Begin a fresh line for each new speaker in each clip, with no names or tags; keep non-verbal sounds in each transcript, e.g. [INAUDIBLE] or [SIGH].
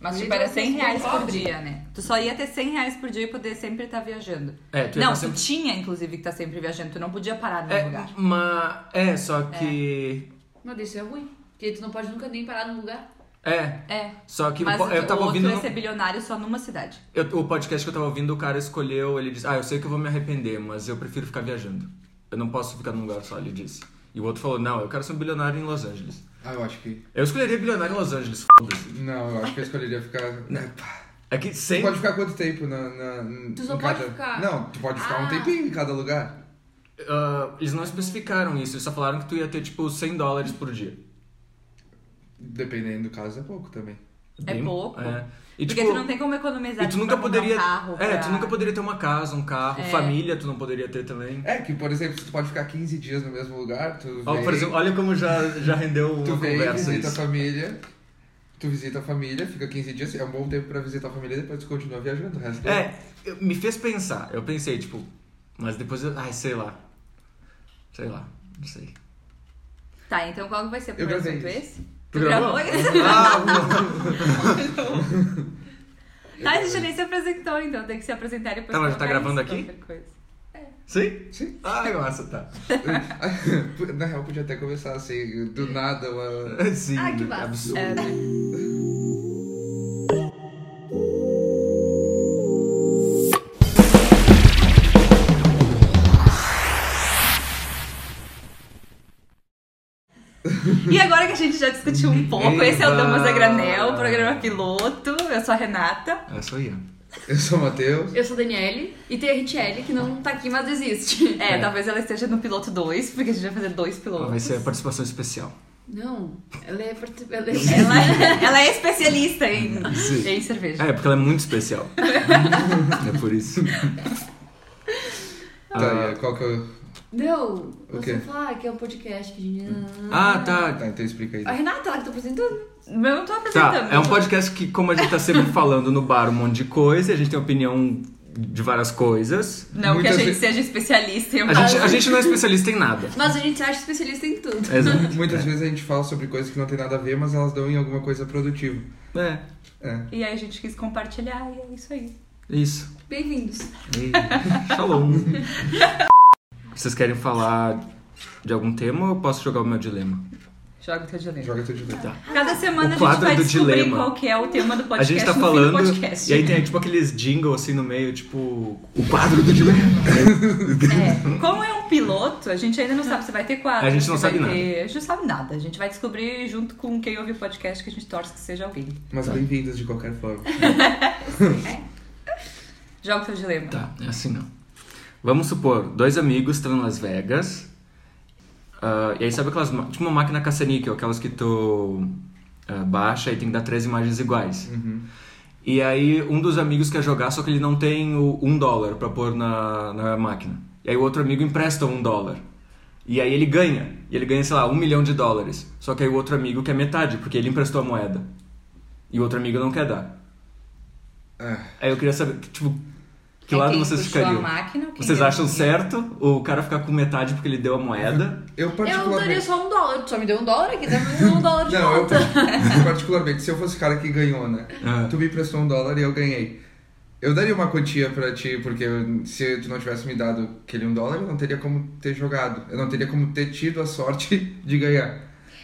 Mas
Mídia
tipo, era
é
100
muito
reais por
pobre.
dia, né? Tu só ia ter 100 reais por dia e poder sempre estar viajando.
É, tu ia
não,
tá
tu
sempre-
tinha, inclusive, que tá sempre viajando. Tu não podia parar num
É,
lugar.
mas. É, só que.
Mas isso é ruim. Porque tu não pode nunca nem parar num lugar.
É.
É.
Só que o
Mas
po- eu
o
tava
outro
ouvindo.
ia
no-
ser bilionário só numa cidade.
eu- o podcast que eu tava ouvindo, o cara escolheu, ele disse: Ah, eu sei que eu vou me arrepender, mas eu prefiro ficar viajando. Eu não posso ficar num lugar só, ele disse. E o outro falou: Não, eu quero ser um bilionário em Los Angeles.
Ah, eu acho que.
Eu escolheria bilionário em Los Angeles, foda-se.
Não, eu acho que eu
[LAUGHS]
escolheria ficar.
É que
Tu
sem.
pode ficar quanto tempo na. na
Tu só
em
pode
cada-
ficar-
Não, tu pode ficar
Ah.
um tempinho em cada lugar.
Ah, eles não especificaram isso, eles só falaram que tu ia ter tipo 100 dólares por dia.
Dependendo do caso, é pouco também.
Bem-
pouco.
É. E,
Porque
tipo,
tu não tem como economizar
E tu
tipo,
nunca
pra comprar
poderia.
um carro.
é,
pra-
tu nunca poderia ter uma casa, um carro,
É.
família, tu não poderia ter também.
É que, por exemplo, se tu pode ficar 15 dias no mesmo lugar, tu
Ó,
vem,
por exemplo, olha como já, já rendeu uma
tu vem
conversa
visita a
isso.
família, tu visita a família, fica 15 dias, é um bom tempo pra visitar a família e depois tu continua viajando o resto do ano. [LAUGHS]
É, eu- me fez pensar. Eu pensei, tipo, mas depois eu. Ai, sei lá. Sei lá, não sei.
Tá, então qual que vai ser o
Eu
primeiro
gravei
assunto
isso.
esse?
Tu gravou? [LAUGHS]
esse?
Ah, não.
Tá, a gente nem se apresentou, então tem que se apresentar e depois.
Tá, mas já tá
colocar
gravando
isso,
aqui?
qualquer coisa.
Sim?
Sim.
Ai, massa, tá.
Na real, podia até começar assim, do nada, uma...
Sim,
Ah, que massa.
absurdo.
É, né? E agora que a gente já discutiu um pouco, esse é o
Eba!
Damas a Granel, programa piloto. Eu sou a Renata.
É só ia.
Eu sou o Matheus.
Eu sou a Daniele e tem a Richelle, que não tá aqui, mas existe.
É,
É.
talvez ela esteja no piloto 2, porque a gente vai fazer dois pilotos.
Vai ser a participação especial.
Não, ela é. parte- Ela
[LAUGHS]
Ela,
é...
ela é especialista em,
Sim.
em cerveja.
É, porque ela é muito especial. é por isso. Ah.
Tá, e qual que eu...
não,
O
você
quê? Hum.
falar que é um podcast que a gente.
Ah, tá.
Tá, então explica aí.
A Renata, ela que tá apresentando.
Mas eu não tô apresentando.
Tá, é um
tô-
podcast que, como a gente tá sempre falando no bar um monte de coisa, a gente tem opinião de várias coisas.
Não que a
Muitas
gente
vezes-
seja especialista em
A
alguma
gente, a gente não é especialista em nada.
Mas a gente se acha especialista em tudo.
[LAUGHS] Exato.
É,
É.
Muitas vezes a gente fala sobre coisas que não tem nada a ver, mas elas dão em alguma coisa produtiva.
É,
É.
E aí a gente quis compartilhar e é isso aí.
isso.
Bem-vindos.
E- [LAUGHS] Shalom. Vocês querem falar de algum tema ou eu posso jogar o meu dilema?
Joga o teu dilema.
Joga tudo de
Tá.
novo.
Cada semana a
O
gente
quadro
vai
do
descobrir
dilema.
qual que é o tema do
A
podcast.
gente tá
no fim do
falando
podcast.
e aí tem tipo aqueles jingles assim no meio, tipo o quadro do dilema.
É, Como é um piloto, a gente ainda não sabe se vai ter quadro.
A gente não
se
sabe
vai
nada.
ter- A gente não sabe nada. A gente vai descobrir junto com quem ouve o podcast que a gente torce que seja alguém.
Mas
Tá.
bem-vindos de qualquer forma.
Joga o teu dilema.
Tá, é assim não. Vamos supor, dois amigos estão em Las Vegas. ah, e aí sabe aquelas. ma- Tipo uma máquina caça-níquel, aquelas que tu ah, baixa e tem que dar três imagens iguais. E aí um dos amigos quer jogar, só que ele não tem o um dólar pra pôr na, na máquina. E aí o outro amigo empresta um dólar. E aí ele ganha. E ele ganha, sei lá, um milhão de dólares. Só que aí o outro amigo quer metade, porque ele emprestou a moeda. E o outro amigo não quer dar.
É.
Aí eu queria saber, tipo, que
É
lado
quem
vocês
puxou a
ficariam?
máquina, quem
Vocês
deu o
acham
dinheiro?
certo o cara ficar com metade porque ele deu a moeda?
Eu
Eu daria
particularmente...
só um dólar. Tu só me deu um dólar aqui, tá me dando um dólar de
Não, eu
volta.
eu particularmente, se eu fosse o cara que ganhou, né?
Ah.
Tu me emprestou um dólar e eu ganhei. Eu daria uma quantia pra ti, porque eu- se tu não tivesse me dado aquele um dólar, eu não teria como ter jogado. Eu não teria como ter tido a sorte [LAUGHS] de ganhar.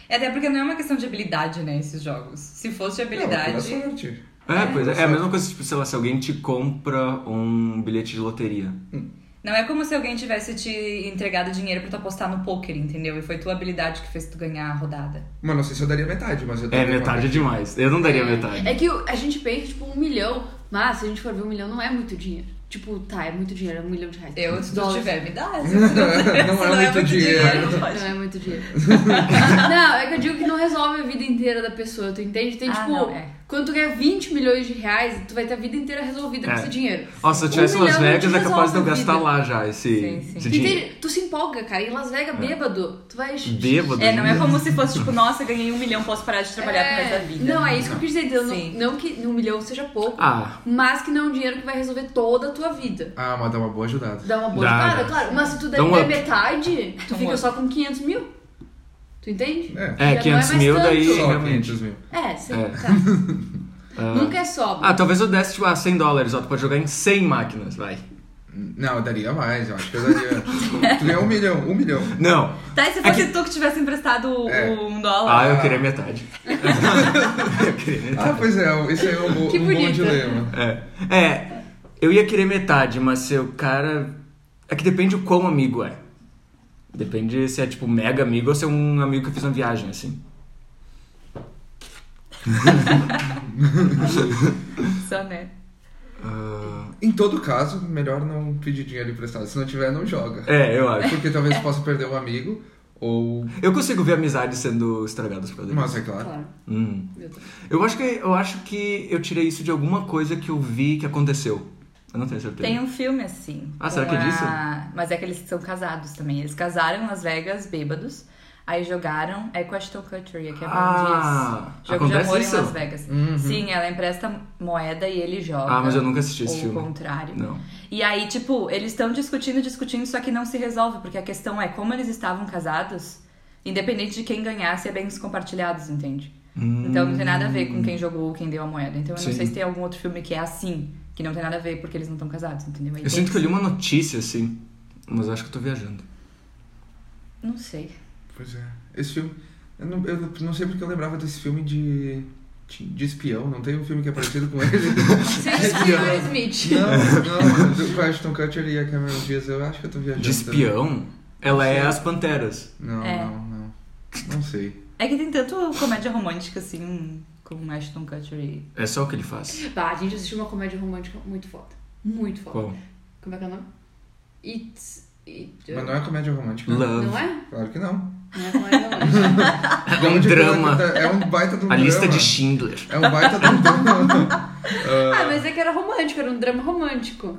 É Até porque não é uma questão de habilidade, né, esses jogos. Se fosse de
Não,
habilidade.
eu teria sorte.
É, pois é. É a mesma coisa, tipo, sei lá, se alguém te compra um bilhete de loteria.
Não é como se alguém tivesse te entregado dinheiro pra tu apostar no poker, entendeu? E foi tua habilidade que fez tu ganhar a rodada.
Mas não sei se eu daria metade, mas eu
É,
daria uma
metade é demais. Eu não daria metade.
É que o- a gente pensa, tipo, um milhão, mas se a gente for ver um milhão, não é muito dinheiro. Tipo, tá, é muito dinheiro, é um milhão de reais.
Eu, se tu
Dólares.
tiver, me dá.
[LAUGHS]
Se
Não,
tu não, se
é muito dinheiro.
não
Não
pode.
é muito dinheiro. [LAUGHS] não, é que eu digo que não resolve a vida inteira da pessoa, tu entende? Tem
Ah,
tipo,
não, é.
quando tu ganha 20 milhões de reais, tu vai ter a vida inteira resolvida
É.
com esse dinheiro.
Nossa, se eu tivesse em
Um
Las
milhão não
Vegas,
te
é capaz de eu
resolve a
gastar
vida.
lá já esse,
Sim, sim.
esse dinheiro. É.
Entende? Tu se empolga, cara. Em Las Vegas, bêbado, tu vai.
Bêbado. né?
É, não é como se fosse tipo, nossa, ganhei um milhão, posso parar de trabalhar pro resto da vida.
Não, é isso
né?
que eu quis dizer. entendeu?
Sim.
Não, não que um milhão seja pouco,
Ah,
mas que não é um dinheiro que vai resolver toda a tua vida.
Ah, mas dá uma boa ajudada.
Dá uma boa
Dá,
cara,
dá.
claro. Mas se tu der,
Dá um
der
up.
metade, tu
Um
fica
up.
só com 500 mil. Tu entende?
É.
é,
Já
500
não é mais
mil, daí
tanto.
Só
realmente.
500 mil.
É, sim.
É.
Tá. Nunca é sóbrio.
[LAUGHS] Ah, talvez eu desse, tipo, ah, 100 dólares, ó, tu pode jogar em 100 máquinas, vai.
Não, eu daria mais, eu acho que eu daria. tu ganhou um milhão, um milhão.
Não.
Tá, e se fosse tu que tivesse emprestado o-
É.
um dólar?
É Ah, eu queria metade. [LAUGHS] eu queria
Ah,
metade.
pois é, isso é um, bo-
Que
um bom
bonito.
dilema.
É. é, eu ia querer metade, mas se o cara... É que depende o quão amigo é. Depende se é, tipo, mega amigo ou se é um amigo que eu fiz uma viagem, assim. é?
Só, né?
Ah,
Em todo caso, melhor não pedir dinheiro emprestado. Se não tiver, não joga.
é, eu acho.
Porque talvez possa perder um amigo, ou.
Eu consigo ver amizades sendo estragadas por causa disso.
Mas é claro.
Claro.
Hum.
Eu também.
Eu acho que eu acho que eu tirei isso de alguma coisa que eu vi que aconteceu. Eu não tenho certeza.
Tem um filme assim.
Ah, será
com
que é
a-
disso?
Mas é que eles são casados também. Eles casaram em Las Vegas, bêbados. Aí jogaram. É com a Ashton Kutcher, e a Cameron
Ah,
Diaz. Jogo de
acontece
amor
isso? Uhum.
em Las Vegas. Sim, ela empresta moeda e ele joga.
Ah, mas eu nunca assisti esse
ou
filme.
O contrário.
Não.
E aí, tipo, eles estão discutindo, discutindo, só que não se resolve, porque a questão é como eles estavam casados, independente de quem ganhasse, é bens compartilhados, entende? Então não tem nada a ver com quem jogou ou quem deu a moeda. Então eu
Hum. Sim.
não sei se tem algum outro filme que é assim, que não tem nada a ver porque eles não estão casados, entendeu? Aí
Eu
tem-
sinto que eu li um uma notícia assim, mas eu acho que eu tô viajando.
Não sei.
Pois é. Esse filme. Eu não, eu não sei porque eu lembrava desse filme de. de espião. Não tem um filme que é parecido com ele.
Você é o Smith.
não, não, do- com a Ashton Kutcher e a Cameron Diaz, eu acho que eu tô viajando.
De espião, ela é as panteras.
também. Não,
É.
não, não. Não sei.
É que tem tanto comédia romântica assim com Ashton Kutcher e.
É só o que ele faz.
Bah, a gente assistiu uma comédia romântica muito foda. Muito foda.
Qual?
Como é que é o nome? It's... It...
Mas não é comédia romântica.
Love.
Não é?
Claro que não.
Não é comédia romântica.
[LAUGHS] É um
Onde que ela
drama.
tá- É um baita do
A
drama.
lista de Schindler.
É um baita do drama.
ah, mas é que era romântico, era um drama romântico.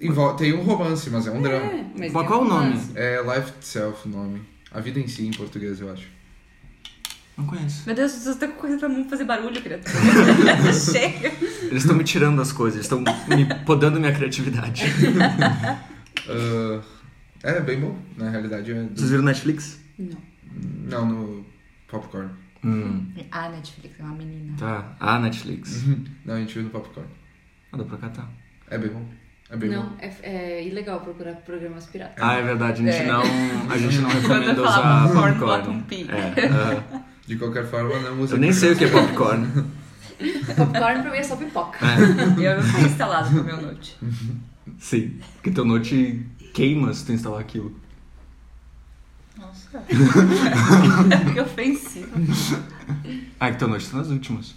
Envol- Tem um romance, mas é um drama.
É, mas
Qual-
tem
qual o nome?
romance.
É Life Itself o nome. A vida em si, em português, eu acho.
Não conheço.
Meu Deus, vocês estão com coisa pra mim fazer barulho,
[LAUGHS]
criatura. Chega.
Eles estão me tirando as coisas, estão me podando
[LAUGHS]
minha criatividade.
Ah, é bem bom, na realidade. É do-
Vocês viram Netflix?
Não.
Não, no Popcorn.
Hum,
Ah, Netflix, é uma menina.
tá. Ah, Netflix.
Não, a gente viu no Popcorn.
Ah, dá pra catar.
É bem bom. É bem bom.
Não, é, é ilegal procurar programas piratas.
Ah, é verdade, a gente
É.
não,
[LAUGHS]
a gente não recomenda
eu falava
usar
porn, bota
popcorn.
um pi. [LAUGHS]
É, ah,
De qualquer forma, não usa.
eu nem sei o que é popcorn. [LAUGHS]
Popcorn pra mim é só pipoca.
É,
E eu não fui instalado no meu note.
sim, porque teu note queima se tu instalar aquilo.
Nossa. [LAUGHS] É que ofensivo.
Ah, que teu note tá nas últimas.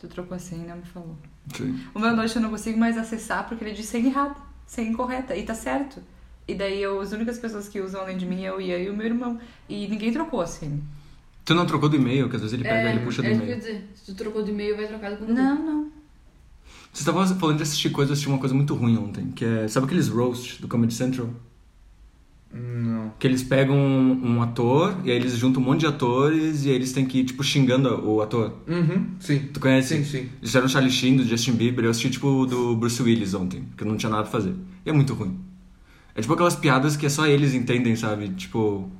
Tu trocou a senha e não me falou.
Sim.
O meu note eu não consigo mais acessar porque ele diz senha errada, senha incorreta. E tá certo. E daí eu, as únicas pessoas que usam além de mim é o Ian e o meu irmão. E ninguém trocou a senha.
Tu não trocou do e-mail, que às vezes ele pega e ele puxa do
é, isso que eu ia
e-mail.
dizer, se tu trocou de e-mail, vai trocar com
Não, não.
Vocês estavam falando de assistir coisas, eu assisti uma coisa muito ruim ontem, que é. Sabe aqueles roast do Comedy Central?
Não.
Que eles pegam um, um ator e aí eles juntam um monte de atores e aí eles têm que ir, tipo, xingando o ator.
Uhum, sim.
Tu conhece?
Sim, sim.
Eles fizeram o Charlie Sheen, do Justin Bieber, eu assisti tipo o do Bruce Willis ontem, que eu não tinha nada pra fazer. E é muito ruim. É tipo aquelas piadas que só eles entendem, sabe? Tipo.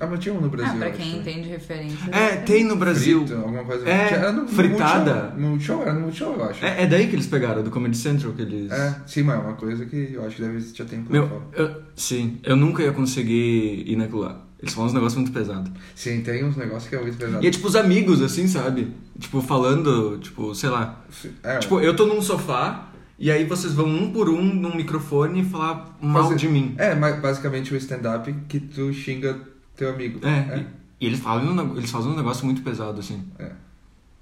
Ah, mas tinha um no Brasil.
ah, pra
eu
quem
acho, né?
entende referência.
É, tem no Brasil.
Frito, alguma coisa assim.
É,
Era no
fritada.
Multishow, Multishow, era no Multishow, eu acho.
É, é daí que eles pegaram, do Comedy Central, que eles.
É, sim, mas é uma coisa que eu acho que deve existir há tempo. lá fora.
Meu, eu- sim, eu nunca ia conseguir ir naquilo lá. Eles falam uns negócios muito pesados.
Sim, tem uns negócios que é muito pesado.
E é tipo os amigos, assim, sabe? Tipo, falando, tipo, sei lá.
É,
Tipo, eu tô num sofá e aí vocês vão um por um num microfone falar mal
fazer-
de mim.
É, mas basicamente o stand-up que tu xinga teu amigo.
É. E, e eles, falam, um neg- eles fazem um negócio muito pesado, assim.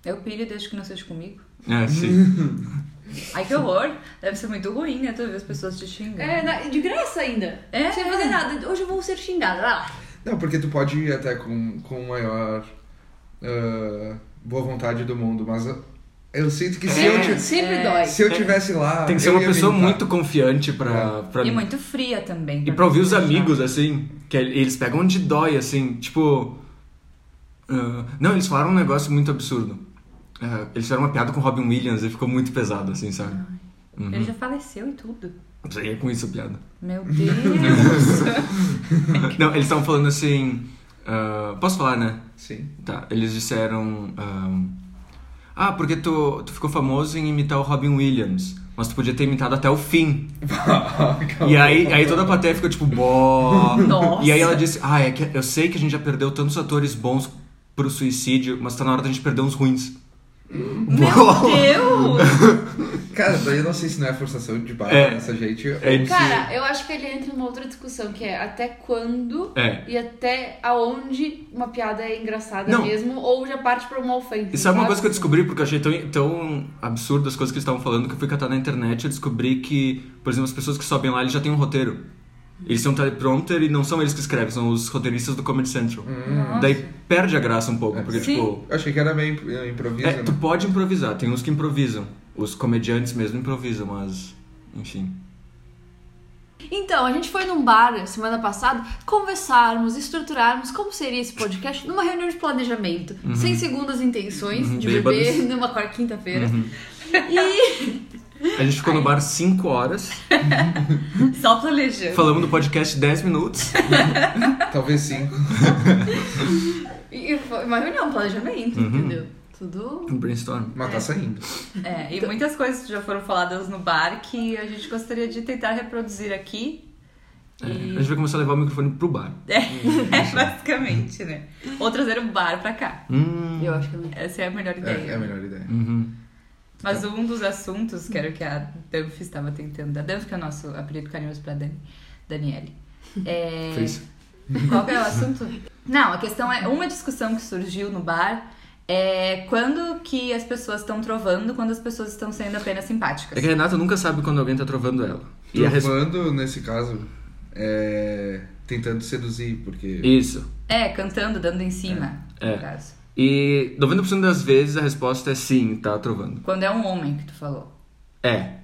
Eu pilho desde que não seja comigo.
Uhum.
É,
[LAUGHS]
sim.
Ai, que horror. Deve ser muito ruim, né? Tu vê as pessoas te xingando.
É, na- de graça ainda.
É.
Sem fazer nada. Hoje eu vou ser xingada. Ah,
Não, porque tu pode ir até com, com maior ah, boa vontade do mundo, mas eu, eu sinto que se,
É.
eu, ti-
sempre
É.
dói.
se eu tivesse lá.
Tem que ser
eu
uma
ia É.
pessoa
militar.
muito confiante pra. pra
E muito né? fria também.
E pra ouvir os
deixar.
amigos, assim, que eles pegam onde dói, assim, tipo. ah, não, eles falaram um negócio muito absurdo. Ah, eles fizeram uma piada com o Robin Williams e ficou muito pesado, assim, sabe? Uhum.
Ele já faleceu e tudo.
Já ia é com isso a piada.
[LAUGHS]
[LAUGHS]
Meu Deus.
não, eles estavam falando assim. ah, posso falar, né?
Sim.
Tá, eles disseram. ah, Ah, porque tu, tu ficou famoso em imitar o Robin Williams. Mas tu podia ter imitado até o fim. E aí, aí toda a plateia ficou tipo, bó.
Nossa.
E aí ela disse, ah, é que eu sei que a gente já perdeu tantos atores bons pro suicídio, mas tá na hora da gente perder uns ruins. Bó.
Meu Deus!
Cara, daí eu não sei se não é forçação de barra
É.
dessa gente.
É de-
Cara, eu acho que ele entra numa outra discussão, que é até quando
É.
e até aonde uma piada é engraçada
Não.
mesmo, ou já parte pra uma ofensa.
E sabe uma coisa que eu descobri, porque eu achei tão, tão absurdo as coisas que eles estavam falando, que eu fui catar na internet e descobri que, por exemplo, as pessoas que sobem lá, eles já têm um roteiro. Eles são teleprompter e não são eles que escrevem, são os roteiristas do Comedy Central. Daí perde a graça um pouco, porque
Sim.
tipo...
Eu achei que era meio imp- improviso,
É, tu
né?
pode improvisar, tem uns que improvisam. Os comediantes mesmo improvisam, mas... Enfim.
Então, a gente foi num bar semana passada conversarmos, estruturarmos como seria esse podcast numa reunião de planejamento, sem segundas intenções
Uhum,
de
bêbados. Uhum.
beber [LAUGHS] numa quar- quinta-feira.
A gente ficou no bar 5 horas,
Só planejando.
falamos do podcast 10
[LAUGHS]
minutos.
né? Talvez cinco.
E, e foi uma reunião, um planejamento,
Uhum.
entendeu? Tudo.
Um brainstorm.
Mas tá saindo.
É, e muitas coisas já foram faladas no bar que a gente gostaria de tentar reproduzir aqui.
É, a gente vai começar a levar o microfone pro bar.
[LAUGHS] É, basicamente, né? Ou trazer um bar pra cá.
Hum,
Eu acho que não.
Essa é a melhor
É,
ideia.
é a melhor ideia.
uhum.
Mas um dos assuntos que era o que a Danf estava tentando. A Danf, que é o nosso apelido carinhoso pra Dani, Daniele. É,
Fez.
Qual que é o assunto? Não, a questão é uma discussão que surgiu no bar é quando que as pessoas estão trovando, quando as pessoas estão sendo apenas
É
simpáticas.
que a Renata nunca sabe quando alguém tá trovando ela. E a res...
Trovando, nesse caso, é... tentando seduzir, porque...
Isso.
É, cantando, dando em cima,
É.
no caso.
E 90% das vezes a resposta é sim, tá trovando.
Quando é um homem que tu falou.
É.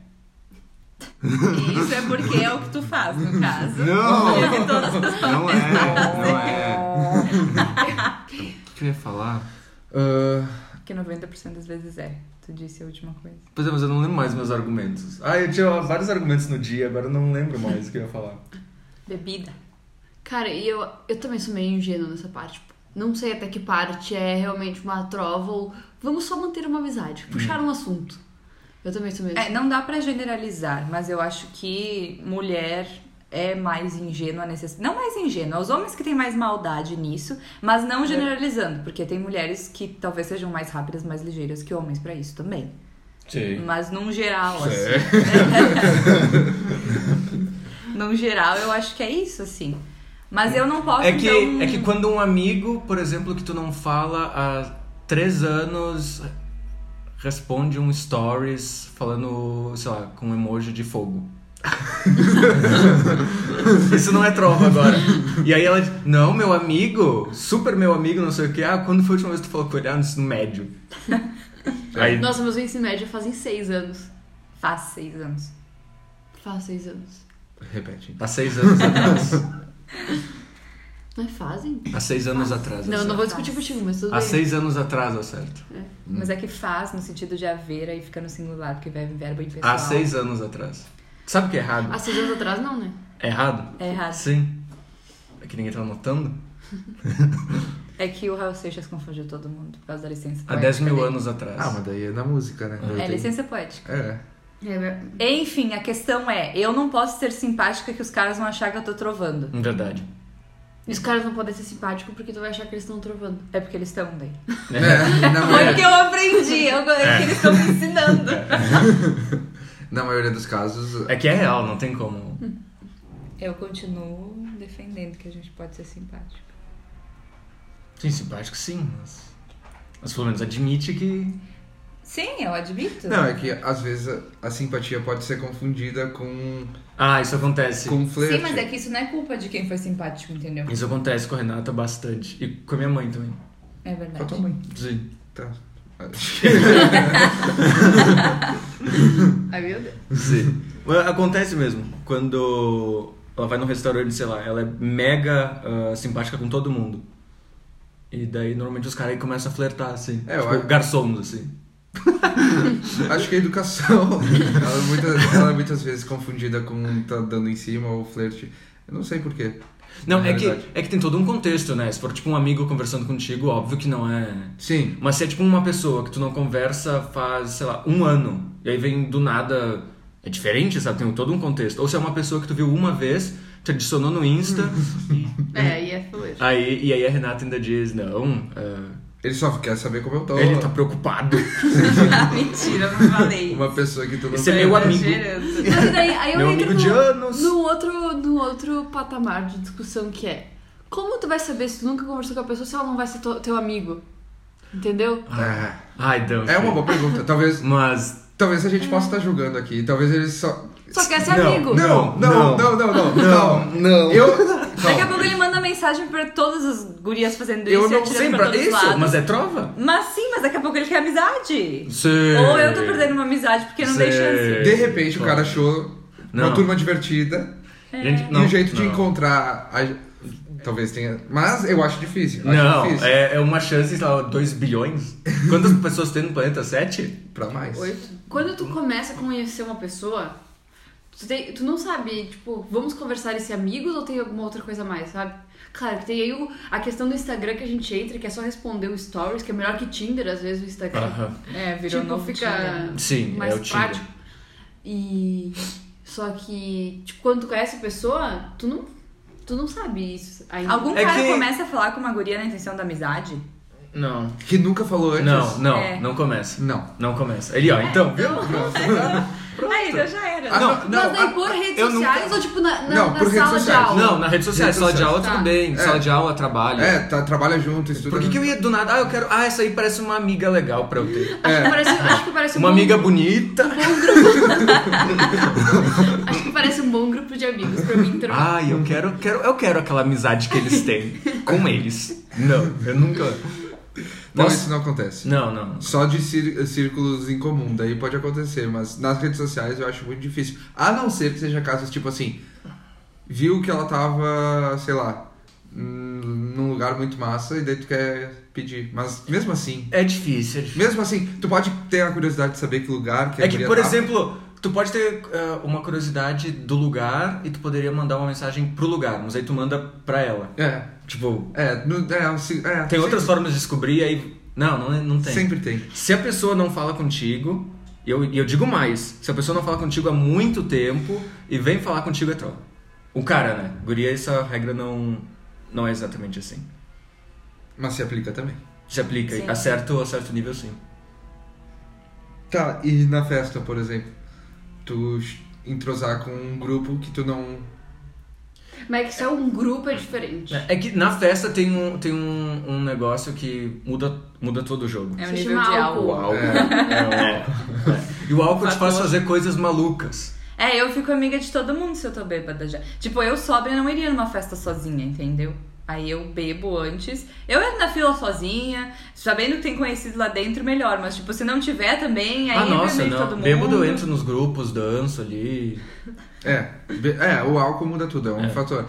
E isso é porque é o que tu faz, no caso.
Não!
É que todas as-
Não é, não é. O que eu ia falar?
Ah,
Porque 90% das vezes é. Tu disse a última coisa.
Pois é, mas eu não lembro mais meus argumentos. Ah, eu tinha vários argumentos no dia, agora eu não lembro mais o que eu ia falar.
Bebida.
Cara, e eu, eu também sou meio ingênua nessa parte. tipo, Não sei até que parte é realmente uma trova ou vamos só manter uma
Uhum.
amizade, puxar um assunto. Eu também sou meio. assim.
É, não dá pra generalizar, mas eu acho que mulher é mais ingênua nesse não mais ingênua, os homens que têm mais maldade nisso, mas não
É.
generalizando, porque tem mulheres que talvez sejam mais rápidas, mais ligeiras que homens pra isso também.
Sim.
Mas num geral, assim. num geral, eu acho que é isso, assim. Mas eu não posso
É que,
então...
hum.
é que quando um amigo, por exemplo, que tu não fala há três anos, responde um stories falando, sei lá, com um emoji de fogo. [LAUGHS] Isso não é trova agora. E aí ela diz, não, meu amigo, super meu amigo, não sei o que. Ah, quando foi a última vez que tu falou com ele? Ah, no ensino
[LAUGHS]
médio. Aí,
Nossa, meus ensino médio fazem seis anos.
Faz seis anos.
Faz seis anos.
Repete.
há seis anos atrás.
Não é fazem?
Há seis anos atrás.
Não,
eu
não
acerto.
vou discutir contigo, mas tudo
Há
bem.
seis anos atrás, é eu acerto.
Mas é que faz no sentido de haver, aí fica no singular, porque vai em verbo impessoal.
Há Ah, seis anos atrás. Sabe o que é errado?
Há seis anos atrás, não, né?
É errado?
É errado.
Sim. É que ninguém tá anotando.
É que o Raul Seixas confundiu todo mundo por causa da licença
Há
poética.
10 mil
dele.
anos atrás.
Ah, mas daí é na música, né?
É licença poética.
É.
É,
Enfim, a questão é: eu não posso ser simpática que os caras vão achar que eu tô trovando.
Verdade.
e os caras não podem ser simpáticos porque tu vai achar que eles estão trovando.
É porque eles estão daí.
É,
[LAUGHS]
na,
Foi
maioria,
que eu aprendi, eu, é que eles estão me ensinando.
na maioria dos casos,
É que é real, não tem como.
[LAUGHS] Eu continuo defendendo que a gente pode ser simpático.
Sim, simpático sim, mas. Mas pelo menos admite que.
Sim, eu admito.
Não, é que às vezes a- a simpatia pode ser confundida com,
Ah, isso acontece.
com flerte.
Sim, mas é que isso não é culpa de quem foi simpático, entendeu?
Isso acontece com a Renata bastante. E com a minha mãe também.
É
Com a tua
verdade.
mãe.
Sim.
Tá. [LAUGHS]
Ai, meu Deus.
Sim. [LAUGHS] Mas acontece mesmo. Quando ela vai num restaurante, sei lá, ela é mega ah, simpática com todo mundo. E daí normalmente os caras aí começam a flertar, assim.
É, eu
tipo,
acho-
garçons, assim.
Acho que a educação, [LAUGHS] ela, é muita- ela é muitas vezes confundida com tá dando em cima ou flerte. Eu não sei porquê.
Não,
Na
é que,
realidade.
é que tem todo um contexto, né? Se for tipo um amigo conversando contigo, óbvio que não é.
Sim.
Mas se é tipo uma pessoa que tu não conversa faz, sei lá, um ano, e aí vem do nada. É diferente, sabe? Tem todo um contexto. Ou se é uma pessoa que tu viu uma vez, te adicionou no
[LAUGHS]
Insta,
É, e é fluxo.
aí, e aí a Renata ainda diz: não, ah,
Ele só quer saber como eu tô.
ele tá preocupado.
Ah, mentira, não falei.
Uma pessoa que tu não
Esse é meu
Tá
amigo.
exagerando.
Mas daí, aí eu
Meu
entro
amigo de anos.
no outro, no outro patamar de discussão que é como tu vai saber se tu nunca conversou com a pessoa se ela não vai ser to- teu amigo? Entendeu?
É.
Ai, Deus.
É uma boa pergunta. Talvez,
Mas.
talvez a gente possa estar julgando aqui. Talvez ele só.
Só quer ser
Não,
amigo.
Não,
Não.
não, não, não, não. Tá Não,
não.
Eu.
Daqui a
Calma.
pouco ele manda mensagem pra todas as gurias fazendo
Eu
isso e
não
atirando
sei
pra
pra
todos os
isso,
lados.
Mas é trova?
Mas sim, mas daqui a pouco ele quer amizade.
Sim.
Ou eu tô perdendo uma amizade porque não dei
Sim.
chance.
De repente o cara achou uma
Não.
turma divertida
Gente,
e
não,
um jeito de
não.
encontrar. a- Talvez tenha. Mas eu acho difícil. Acho
Não,
Tá difícil.
é, é uma chance, sei lá, 2 bilhões? Quantas pessoas tem no planeta? 7?
Pra mais.
Quando tu começa a conhecer uma pessoa, tu, tem- tu não sabe, tipo, vamos conversar e ser amigos ou tem alguma outra coisa a mais, sabe? Claro que tem aí o- a questão do Instagram que a gente entra, que é só responder o stories, que é melhor que Tinder, às vezes, o Instagram.
Aham.
É, virou
tipo,
novo
fica
Tinder.
Sim, é
mais
o Tinder.
prático. E só que, tipo, quando tu conhece a pessoa, tu não, tu não sabe isso ainda.
Algum
É
cara
que-
começa a falar com uma guria na intenção da amizade?
Não.
Que nunca falou antes.
Não, não,
É.
não começa.
Não.
Não começa. Ele, ó, então, viu?
Aí, então já era.
Ah,
Não,
Mas daí
a-
por redes
eu nunca-
sociais ou tipo na, na,
Não,
na
por redes
sala de
sociais.
aula?
Não, na rede social,
Redes
sala de aula
sociais.
tudo bem,
É.
sala de aula trabalho.
É, tá, trabalha junto, estuda.
Por que, que eu ia do nada? Ah, eu quero. Ah, essa aí parece uma amiga legal pra eu ter.
Acho, que parece, acho que parece um
é. Uma
bom-
amiga bonita.
Acho que parece um bom grupo de amigos pra mim ter uma-
Ai, eu quero, quero, eu quero aquela amizade que eles têm com eles. Não, eu nunca.
Não,
Nossa.
isso não acontece.
Não, não.
Só de cir- círculos em comum, daí pode acontecer, mas nas redes sociais eu acho muito difícil. A não ser que seja casos tipo assim, viu que ela tava, sei lá, hum, num lugar muito massa e daí tu quer pedir. Mas mesmo assim,
É difícil, é difícil.
mesmo assim, tu pode ter a curiosidade de saber que lugar que a
É que,
guria
por
tava.
exemplo, tu pode ter eh, uma curiosidade do lugar e tu poderia mandar uma mensagem pro lugar, mas aí tu manda pra ela.
É,
Tipo,
é, no, é, um ci- é,
tem
sempre-
outras formas de descobrir aí. Não, não, não tem.
Sempre tem.
Se a pessoa não fala contigo, e eu, e eu digo mais, se a pessoa não fala contigo há muito tempo e vem falar contigo é troll. O cara, né? Guria, essa regra não, não é exatamente assim.
Mas se aplica também.
Se aplica,
Sim.
a certo, a certo nível sim.
Tá, e na festa, por exemplo, tu ch- entrosar com um grupo que tu não.
Mas é que se é um grupo é diferente.
É que na festa tem um, tem um, um negócio que muda, muda todo o jogo.
É o
Se
nível
chama
de
álcool.
O
álcool.
álcool.
É.
E o álcool te faz
Fator.
fazer coisas malucas.
É, eu fico amiga de todo mundo se eu tô bêbada já. Tipo, eu sobra eu não iria numa festa sozinha, entendeu? Aí eu bebo antes. Eu entro na fila sozinha, sabendo que tem conhecido lá dentro, melhor. Mas, tipo, se não tiver também, aí
ah,
eu
nossa,
vermelho todo
não.
mundo.
Bêbado eu entro nos grupos, danço ali.
É, be- é, o álcool muda tudo, é um fator.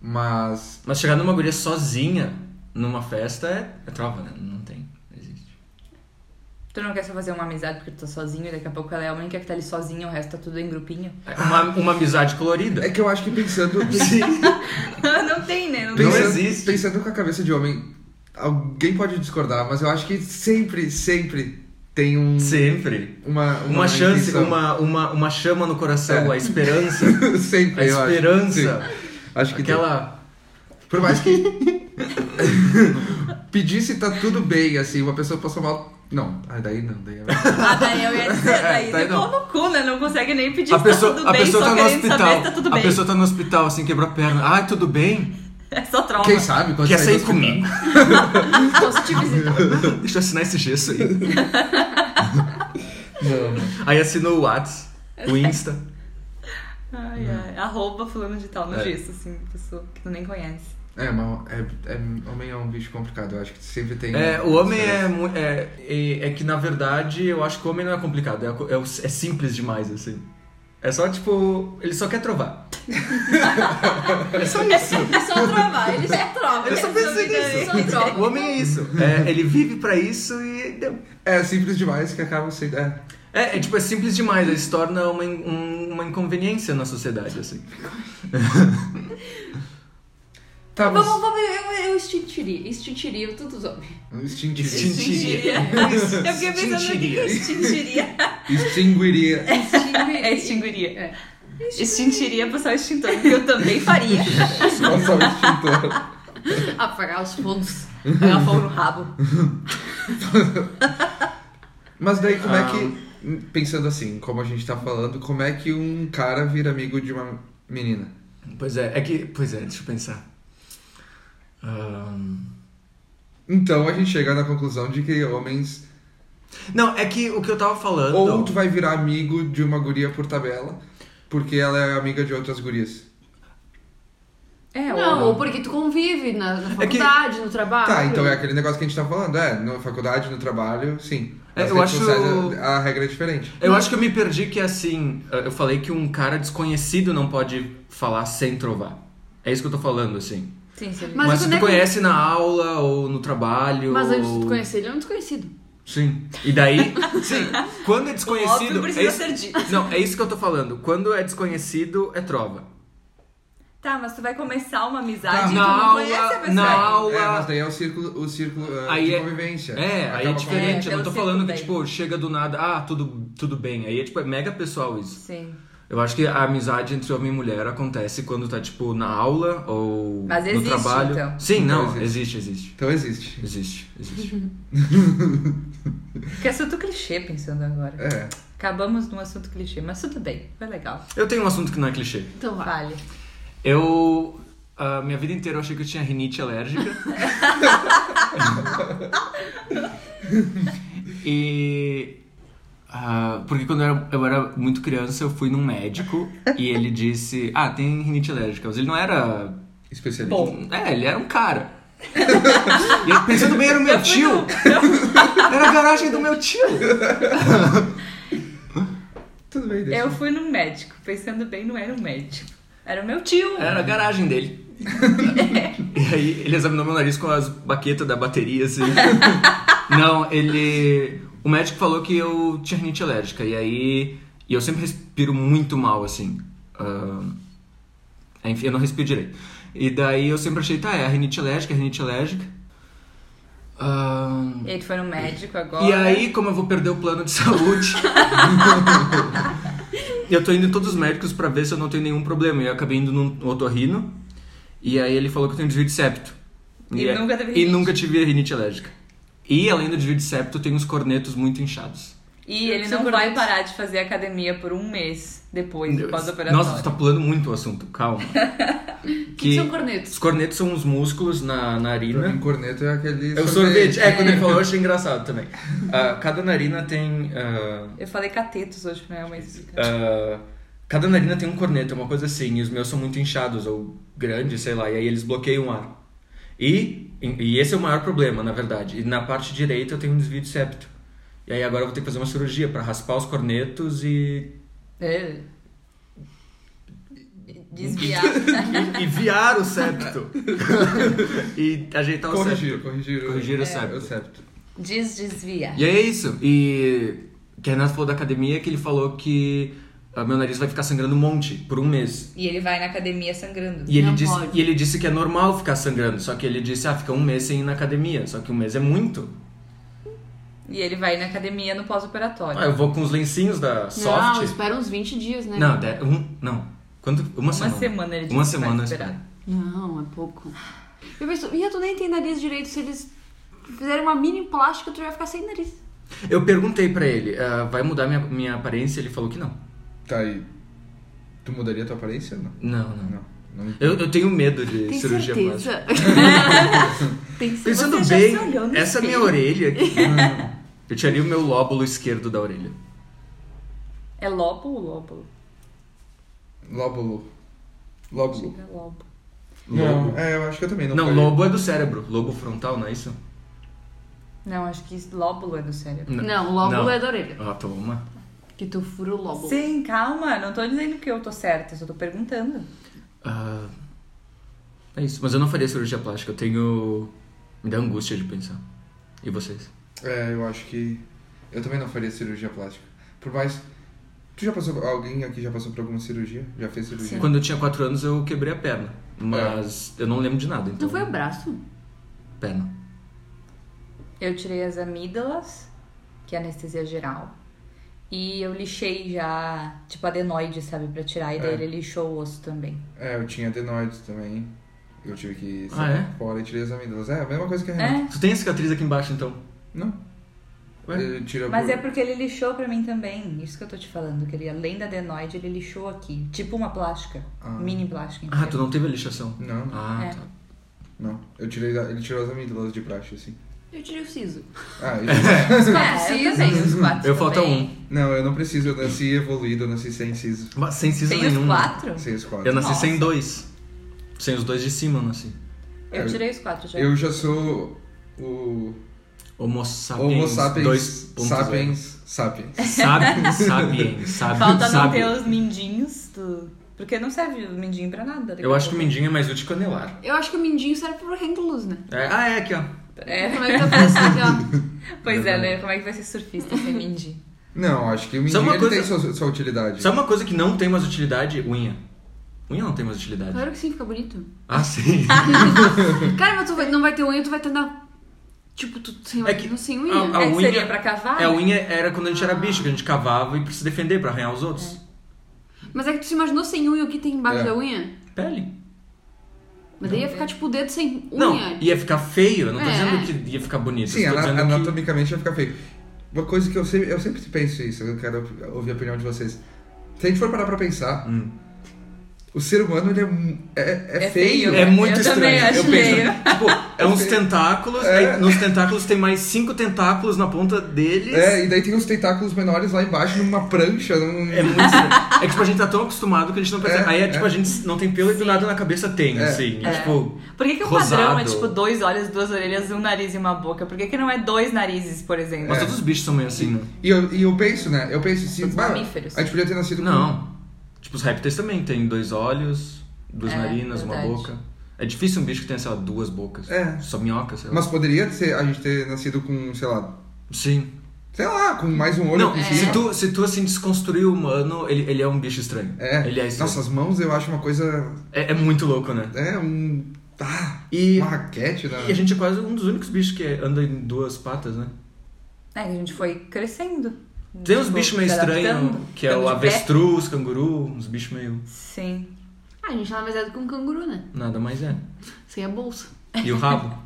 Mas.
Mas chegar numa guria sozinha numa festa é, é trova, né? Não tem. Não existe.
Tu não quer só fazer uma amizade porque tu tá sozinho e daqui a pouco ela é a única que tá ali sozinha, o resto tá tudo em grupinho. [LAUGHS]
É Uma, uma amizade colorida.
É que eu acho que pensando.
[LAUGHS]
não tem, né? Não tem.
Não
pensando-
existe.
Pensando com a cabeça de homem, alguém pode discordar, mas eu acho que sempre, sempre tem um.
Sempre.
Uma, uma,
Uma, chance,
intenção.
uma, uma, uma chama no coração,
É.
a [LAUGHS] esperança.
[LAUGHS] sempre,
A
eu acho.
esperança.
Sim. Acho que tem.
Aquela.
Por
[LAUGHS]
mais que. Pedir se tá tudo bem, assim, uma pessoa passou mal. Não, ah, daí não, daí é.
Ah, daí eu
[LAUGHS]
ia dizer, daí
É, daí
tu pô
não.
no cu, né? Não consegue nem pedir
tá A
se
pessoa,
tá tudo
a
bem,
pessoa
só
tá no
querendo saber
hospital.
se tá tudo
a
bem.
pessoa tá no hospital, assim, quebrou a perna. Ai, tudo bem?
[LAUGHS] É só trauma.
Quem sabe quando
Quer
sair do
sair
hospital.
comigo?
Posso te visitar?
[LAUGHS] Deixa eu assinar esse gesso aí.
Não, não.
Aí assinou o Whats, o Insta.
Ai, ai. Arroba fulano de tal no
É.
gesso, assim, pessoa que tu nem conhece.
É, mas é, é- homem é um bicho complicado, eu acho que sempre tem.
É, o homem é, mu- é, é. é que na verdade eu acho que o homem não é complicado, é, co- é, o- é simples demais, assim. É só tipo. Ele só quer trovar. é só isso.
só trovar, ele só trova.
Ele só pensa nisso.
Só
O
trova.
homem é isso. É, ele vive pra isso e. deu.
É simples demais que acaba sendo. É.
É, é tipo, é simples demais, ele se torna uma, in- um- uma inconveniência na sociedade, assim.
Tá, mas.
Vamos, vamos, eu, eu extintiria. Extintiria todos os homens.
Extintiria.
Extintiria.
Eu fiquei pensando no que que é extintiria.
[LAUGHS]
Extinguiria.
[LAUGHS] É extinguiria. Extintiria passar o extintor, que eu também
[LAUGHS]
faria.
Nossa, o extintor.
Apagar os fogos.
Pegar fogo no rabo.
Mas daí como é
Ah.
que. Pensando assim, como a gente tá falando, como é que um cara vira amigo de uma menina?
Pois é, é que. Pois é, deixa eu pensar. Ahn,
Então a gente chega na conclusão de que homens.
Não, é que o que eu tava falando.
Ou um tu vai virar amigo de uma guria por tabela, porque ela é amiga de outras gurias.
É,
Não,
ou-
ou porque tu convive na, na
É que-
faculdade, no
Ah,
trabalho.
Tá, então é aquele negócio que a gente tá falando. É, na faculdade, no trabalho, sim.
É,
Nas
eu
redes
acho-
sociais, A, a regra é diferente.
Eu acho que eu me perdi que assim, eu falei que um cara desconhecido não pode falar sem trovar. É isso que eu tô falando, assim.
Sim, sim.
Mas
Mas, se
quando é
tu
que-
conhece na aula ou no trabalho.
Mas antes de
ou-
tu conhecer, ele é um desconhecido.
Sim.
[LAUGHS]
E daí. Sim. Quando é
Óbvio
desconhecido. é
precisa
isso-
ser dito.
Não, é isso que eu tô falando. Quando é desconhecido, é trova.
Tá, mas tu vai começar uma amizade e Ah, tu
Tá. Na
não conhece
aula-
a pessoa.
na aula-
É, mas daí é o círculo, o círculo ah,
Aí
de
é-
convivência.
É, aí é
Acaba com-
diferente.
É,
eu não
pelo
tô
ciclo
falando que,
daí.
tipo, chega do nada, ah, tudo, tudo bem. Aí é, tipo, é mega pessoal isso.
Sim.
Eu acho que a amizade entre homem e mulher acontece quando tá, tipo, na aula ou
Mas
no
existe,
trabalho.
então.
Sim,
Então
não, existe, existe.
Então existe.
Existe, existe.
Porque é assunto clichê, pensando agora.
É.
Acabamos num assunto clichê, mas tudo bem, foi legal.
Eu tenho um assunto que não é clichê.
Então vai.
Vale.
Eu. a minha vida inteira eu achei que eu tinha rinite alérgica. [LAUGHS] e. ah, porque quando eu era, eu era muito criança, eu fui num médico e ele disse: Ah, tem rinite alérgica. Mas ele não era.
Especialista.
Bom.
É, ele era um cara. [LAUGHS] e eu pensando bem, era o meu
Eu fui
tio. Era a garagem do meu tio.
Tudo
[LAUGHS]
bem, deixa.
Eu fui num médico, pensando bem, não era um médico. Era o meu tio.
Era a garagem dele. [LAUGHS] e aí ele examinou meu nariz com as baquetas da bateria, [LAUGHS] assim. Não, ele. O médico falou que eu tinha rinite alérgica. E aí. E eu sempre respiro muito mal, assim. Ah, enfim, eu não respiro direito. E daí eu sempre achei, tá, é a rinite alérgica, é a rinite alérgica. Ah,
E aí tu foi no médico agora.
e aí, como eu vou perder o plano
[LAUGHS]
de saúde? eu tô indo em todos os médicos pra ver se eu não tenho nenhum problema. E eu acabei indo num otorrino. E aí ele falou que eu tenho desvio de septo.
E
é-
nunca teve
e
rinite.
nunca tive rinite alérgica. E além do desvio de septo, eu tenho os cornetos muito inchados.
E ele
São
não vai
cornetos.
parar de fazer academia por um mês depois do pós-operatório.
Nossa, tu tá pulando muito o assunto,
[LAUGHS]
calma.
O que, que são cornetos?
Os cornetos são os músculos na
Pra mim,
narina.
corneto é aquele.
né? É o sorvete. É, quando ele falou, eu achei
[LAUGHS]
engraçado também. Ah, cada narina tem. ah,
Eu falei catetos hoje, não é mas...
Ah, cada narina tem um corneto, é uma coisa assim, e os meus são muito inchados ou grandes, sei lá, e aí eles bloqueiam o ar. E, e esse é o maior problema, na verdade. E na parte direita eu tenho um desvio de septo. E aí agora eu vou ter que fazer uma cirurgia pra raspar os cornetos e,
É.
[LAUGHS]
Desviar.
e, e viar o [LAUGHS] septo. e ajeitar É o
Corrigir,
septo.
corrigir. o- é,
Corrigir o
O
septo.
septo.
Desdesviar.
E aí é isso. E o que o Renato falou da academia, que ele falou que ah, meu nariz vai ficar sangrando um monte por um mês.
E ele vai na academia sangrando.
E ele,
Não
disse,
pode.
e ele disse que é normal ficar sangrando, só que ele disse, ah, fica um mês sem ir na academia, só que um mês é muito.
E ele vai na academia no pós-operatório.
Ah, eu vou com os lencinhos da
Não,
Soft.
espera uns 20 dias, né?
Não, de- um, não. Quanto? Uma,
Uma
semana.
semana ele disse
Uma
que tá vai
semana
esperar.
espera.
Não, é pouco. Eu penso, e tu nem tem nariz direito se eles fizerem uma mini plástica, tu já vai ficar sem nariz.
Eu perguntei pra ele, ah, vai mudar minha, minha aparência? Ele falou que não.
Tá aí. Tu mudaria tua aparência ou não?
Não, não.
Não. não.
Eu, eu tenho medo de
Tem
cirurgia plástica.
certeza.
[LAUGHS]
tem certeza.
Pensando
Você já
bem,
se olhou no
essa é minha orelha
[LAUGHS]
aqui. eu tiraria o meu lóbulo esquerdo da orelha.
É lóbulo ou lóbulo?
Lóbulo. Lóbulo.
É lóbulo.
Não, é, eu acho que eu também não.
Não,
faria.
lobo é do cérebro. Lobo frontal, não é isso?
Não, acho que isso- lóbulo é do cérebro.
Não, o lóbulo
Não.
é da orelha.
Ah, toma.
Que tu fura o lóbulo.
Sim, calma, não tô dizendo que eu tô certa, só tô perguntando.
Ah, é isso, mas eu não faria cirurgia plástica, eu tenho. Me dá angústia de pensar. E vocês?
É, eu acho que. Eu também não faria cirurgia plástica. Por mais. Tu já passou. Alguém aqui já passou por alguma cirurgia? Já fez cirurgia?
Quando eu tinha 4 anos eu quebrei a perna. Mas
É.
eu não lembro de nada, então.
Não foi o braço?
Perna.
Eu tirei as amígdalas, que é anestesia geral. E eu lixei já, tipo, adenoide, sabe, pra tirar. E daí
É.
ele lixou o osso também.
É, eu tinha adenoides também. Eu tive que
Ah,
sair
é?
fora e tirei as amígdalas. É, a mesma coisa que a Renata.
É,
Tu tem a cicatriz aqui embaixo, então?
Não.
Ué?
Ele tira
mas
por...
é porque ele lixou pra mim também. Isso que eu tô te falando, que ele, além da adenoide, ele lixou aqui. Tipo uma plástica,
Ah.
mini plástica.
Ah,
entendeu?
tu não teve a lixação.
Não, não.
Ah, [LAUGHS]
É.
tá.
não. Eu tirei da- Ele tirou as amígdalas de praxe, assim.
Eu tirei o siso.
[LAUGHS]
Ah,
Os
isso...
quatro
é, eu
cisnes.
também, os quatro
Eu falta
também.
um.
não, eu não preciso. Eu nasci evoluído, eu nasci sem siso.
Mas sem siso
Tem
nenhum.
os
né?
quatro?
Sem os quatro.
Eu nasci sem
Nossa.
dois. Sem os dois de cima, eu nasci.
Eu tirei os quatro já.
Eu já sou o...
Homo sapiens.
Homo sapiens...
2.0.
Sapiens... Sapiens.
Sapiens, sapiens, sapiens. [LAUGHS]
Falta não
sapiens.
ter os mindinhos do... Porque não serve o mindinho pra nada. daqui
Eu
a
acho que o
pouco.
mindinho é mais útil que o anelar.
Eu acho que o mindinho serve pro hang-loose, né?
É, ah, é aqui, ó.
É,
Como é que tá fazendo aqui,
pois é, né? Como é que vai ser surfista sem mindinho?
Não, acho que o
Sabe
mindinho
é uma
ele
coisa-
tem sua, sua utilidade.
Sabe uma coisa que não tem mais utilidade? Unha. Unha não tem mais
ó?
utilidade.
Claro que sim, fica bonito.
Ah, sim.
Cara, mas tu vai- não vai ter unha, tu vai ter na. Tipo, tu sem,
É que-
não sem
[LAUGHS] a-
unha.
a-
é que
unha-
seria pra cavar?
É, a unha era quando a gente era bicho, que a gente cavava e pra se defender, pra arranhar os outros.
Mas é que tu se imaginou sem unha, o que tem embaixo
É.
da unha?
Pele.
Mas daí ia ficar, tipo, o dedo sem unha.
Não, ia ficar feio. Eu não tô
É.
dizendo que ia ficar bonito.
Sim, tá-
eu tô
ana-
dizendo que-
anatomicamente vai ficar feio. Uma coisa que eu sempre, eu sempre penso isso, eu quero ouvir a opinião de vocês. Se a gente for parar pra pensar,
Hum.
o ser humano ele é, mu- é, é
É
feio.
feio.
É muito
Eu
estranho.
também acho
eu
feio.
penso, tipo, é uns tentáculos,
É.
aí nos tentáculos tem mais cinco tentáculos na ponta deles.
É, e daí tem os tentáculos menores lá embaixo numa prancha. Num...
É muito estranho. É que tipo, a gente tá tão acostumado que a gente não percebe.
É,
aí é, tipo,
é.
a gente não tem pelo e do nada na cabeça tem,
É.
assim. E, tipo,
Por que, que o padrão é
Rosado.
tipo dois olhos, duas orelhas, um nariz e uma boca? Por que, que não é dois narizes, por exemplo?
mas
É.
todos os bichos são meio assim, né?
E, eu, e eu penso, né? Eu penso assim,
Os
bah,
mamíferos.
a gente podia ter nascido com.
Não. Tipo, os répteis também tem dois olhos, duas
É,
narinas, uma
verdade.
boca. É difícil um bicho que tenha, sei lá, duas bocas.
É.
Só minhoca, sei lá.
Mas poderia ser, a gente ter nascido com, sei lá,
Sim.
sei lá, com mais um olho
Não,
É.
aqui em
se,
cima.
tu, se tu assim desconstruir o humano, ele, ele é um bicho estranho.
É.
Ele é estranho.
Nossa, as mãos eu acho uma coisa.
É, é muito louco, né?
É um. Ah,
E,
uma raquete, né?
e a gente é quase um dos únicos bichos que anda em duas patas, né?
É, que a gente foi crescendo.
Tem uns
Tipo,
bichos meio
se
estranhos,
adaptando,
que é o
ficando de pé.
avestruz, canguru, uns bichos meio.
Sim.
Ah, a gente nada mais é do que um canguru, né?
Nada mais é.
Sem a bolsa.
E o
[LAUGHS]
rabo?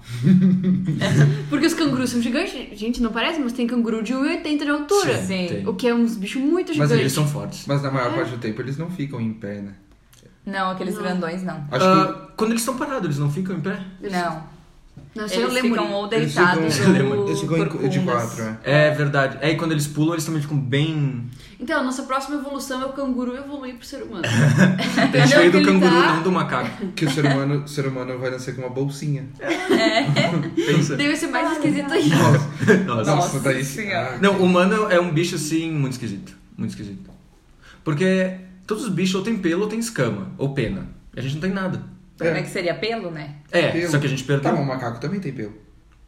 Porque os cangurus são gigantes, gente, não parece, mas tem canguru de 1,80 de altura.
Sim. Sim.
tem.
O que é uns bichos muito
Mas
Mas
gigantes.
eles são fortes.
Mas na maior parte do tempo eles não ficam em pé, né?
Não, aqueles
Não.
grandões não.
Acho que.
Ah, Quando eles estão parados, eles não ficam em pé?
Não.
Não, isso aí eu
Eles
lembro.
ficam ou
Eles ficam-
deitados assim. ou
[LAUGHS] Eles ficam em- de
corcundas.
quatro, é.
É verdade. É, e quando eles pulam, eles também ficam bem.
Então, a nossa próxima evolução é o canguru evoluir pro ser
[LAUGHS]
humano.
Eles veio do
Ele
canguru,
tá-
não do macaco.
Que o ser humano, o ser humano vai nascer com uma bolsinha.
Pensa.
Deve ser mais esquisito ainda.
[LAUGHS] Nossa.
Nossa
ah,
Senhora.
Não, o humano é um bicho assim muito esquisito. Muito esquisito. Porque todos os bichos ou tem pelo, ou tem escama, ou pena. E a gente não tem nada.
É.
É que seria pelo, né?
É,
Pelo.
só que a gente perdeu.
Tá, mas o macaco também tem pelo.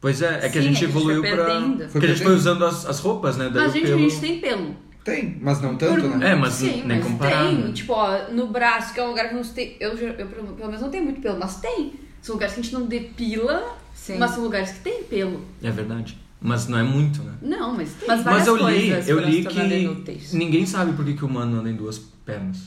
Pois é, é que a
Sim,
gente
a gente
evoluiu
foi
pra.
perdendo.
Porque a gente foi
Foi perdendo.
usando as, as roupas, né? Daí
Mas,
o
gente,
pelo...
a gente tem pelo.
Tem, mas não tanto,
Por-
né?
É, mas
Sim,
nem
mas
comparado,
tem.
né?
Tipo, ó, no braço, que é um lugar que não se tem. Eu, já- eu, pelo pelo menos, não tenho muito pelo, mas tem. São lugares que a gente não depila,
Sim.
mas são lugares que tem pelo.
É verdade. Mas não é muito, né?
Não, mas tem.
Mas
Mas
várias
eu li,
coisas
eu
foram se
li
tornando
que
inúteis.
ninguém sabe por que, que o humano anda em duas pernas.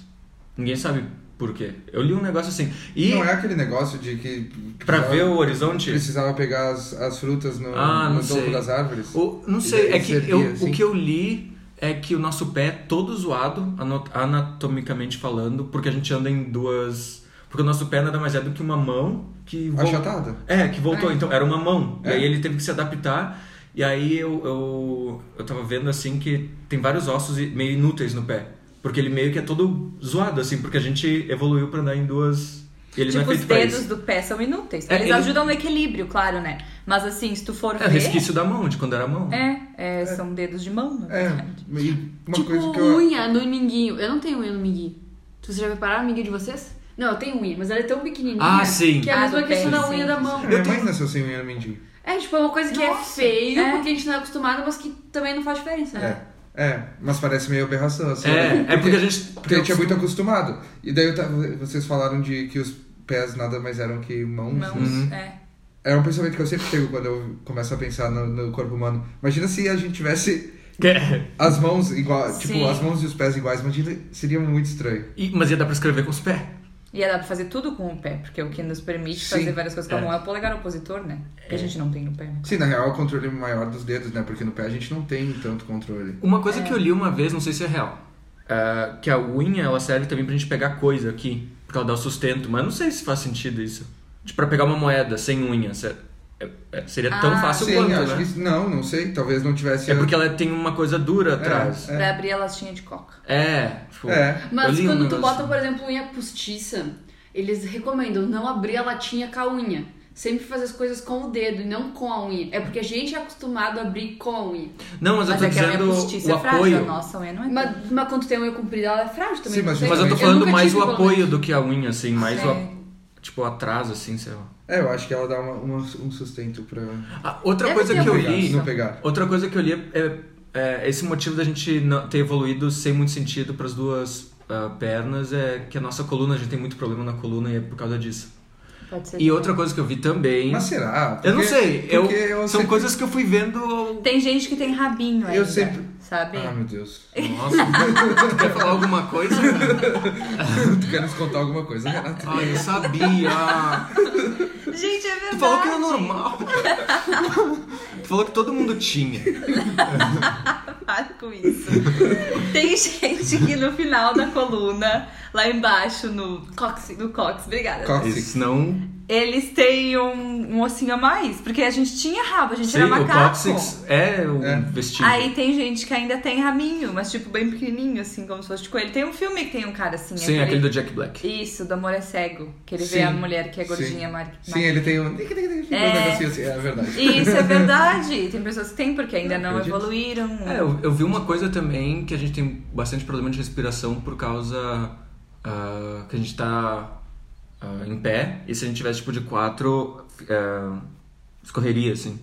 Ninguém sabe por quê. Eu li um negócio assim. E
Não é aquele negócio de que.
pra
precisava-
ver o horizonte.
Precisava pegar as, as frutas no,
Ah, não
no topo
sei.
das árvores.
O- não sei,
Ele
é que
servia,
eu-
assim.
o que eu li é que o nosso pé é todo zoado, ano- anatomicamente falando, porque a gente anda em duas. Porque o nosso pé nada mais é do que uma mão que. vol-
Achatada.
É, que voltou, então era uma mão. E
É.
aí ele teve que se adaptar. E aí eu, eu, eu tava vendo assim que tem vários ossos i- meio inúteis no pé. Porque ele meio que é todo zoado, assim, porque a gente evoluiu pra andar em duas. e Ele não é
tipo, os
feito pra
dedos
isso.
do pé são inúteis.
É,
eles
ele-
ajudam no equilíbrio, claro, né? Mas assim, se tu for
É
ver.
resquício da mão, de quando era a mão.
É, é, são dedos de mão, né? na
É,
verdade.
e uma
tipo,
coisa que eu.
unha no minguinho. Eu não tenho unha no minguinho. Vocês já repararam a minguinha de vocês? Não, eu tenho unha, mas ela é tão pequenininha.
Ah, sim.
Que é a
Ah,
mesma
do
questão
pé,
da
sim,
unha da
sim,
mão.
Minha mãe nasceu sem unha no mindinho.
É, tipo, é uma coisa que é feio,
É.
porque a gente não é acostumado, mas que também não faz diferença. né?
É. É, mas parece meio aberração, assim.
É,
né?
é porque a gente.
Porque a gente é muito acostumado. E daí eu tava- vocês falaram de que os pés nada mais eram que mãos.
Mãos,
né?
Uhum.
é.
É um pensamento que eu sempre tenho quando eu começo a pensar no, no corpo humano. Imagina se a gente tivesse as mãos igual, tipo,
Sim.
as mãos e os pés iguais. Imagina, seria muito estranho.
E- mas ia dar pra escrever com os pés.
E é, dá pra fazer tudo com o pé, porque o que nos permite
Sim,
fazer várias coisas com a
é.
mão é o polegar opositor, né? Que a gente não tem no pé. né?
Sim, na real, é o controle maior dos dedos, né? Porque no pé a gente não tem tanto controle.
Uma coisa que eu li uma vez, não sei se é real, é, que a unha ela serve também pra gente pegar coisa aqui, porque ela dá o sustento, mas não sei se faz sentido isso. Tipo, pra pegar uma moeda sem unha, se- é- é- seria tão
Ah,
fácil
Sim,
quanto,
acho
né?
que não, não sei. Talvez não tivesse.
É porque ela tem uma coisa dura atrás.
É.
Pra abrir a lastinha de coca.
É, tipo,
É.
eu
Mas
li um
quando tu
negócio.
bota, por exemplo, unha postiça, eles recomendam não abrir a latinha com a unha. Sempre fazer as coisas com o dedo e não com a unha. É porque a gente é acostumado a abrir com a unha.
assim. Não, mas eu
Mas
tô
é que a minha
dizendo
postiça
o
é frágil, a
apoio.
nossa unha não é. tão-
Mas, mas quando tem unha comprida, ela é frágil também.
Sim, mas
não sei.
justamente-
Mas eu tô
Eu
falando
nunca
mais
tive,
o
pelo menos.
apoio do que a unha, assim, mais o, a-
Sim.
tipo, o atraso, assim, sei lá.
É, eu acho que ela dá uma- uma- um sustento pra.
Ah, outra
Deve
coisa
ter
que eu
alguma
pegar,
li.
não pegar.
Outra coisa que eu li é, é esse motivo da gente não ter evoluído sem muito sentido para as duas ah, pernas é que a nossa coluna, a gente tem muito problema na coluna e é por causa disso.
Pode ser.
E outra coisa que eu vi também.
Mas será?
eu não
Porque-
sei, eu,
porque eu
são
sempre-
coisas que eu fui vendo. ao-
Tem gente que tem rabinho ainda,
Eu sempre-
sabe?
Ah, meu Deus.
Nossa, tu quer falar alguma coisa?
tu quer nos contar alguma coisa, Renato?
Ah, eu sabia!
Gente, é verdade.
Tu falou que era normal! Tu falou que todo mundo tinha.
Para com isso. [LAUGHS] Tem gente que no final da coluna, lá embaixo no cóccix, no cóccix, obrigada.
Cóccix.
Isso não.
Eles têm um, um ossinho a mais, porque a gente tinha rabo, a gente
Sei,
era
o
macaco.
cóccix é um
É.
vestido.
Aí tem gente que ainda tem raminho, mas tipo bem pequenininho, assim, como se fosse de coelho. Tem um filme que tem um cara assim.
Sim, aquele do Jack Black.
Isso, do Amor é Cego, que ele
Sim,
vê a mulher que é gordinha.
sim.
Mar...
Sim, ele tem um. Um negocinho assim, é verdade.
E isso é verdade. Tem pessoas que têm porque ainda não,
acredito.
evoluíram.
É, eu, eu vi uma coisa também que a gente tem bastante problema de respiração por causa ah, que a gente tá ah, em pé e se a gente tivesse tipo de quatro ah, escorreria assim.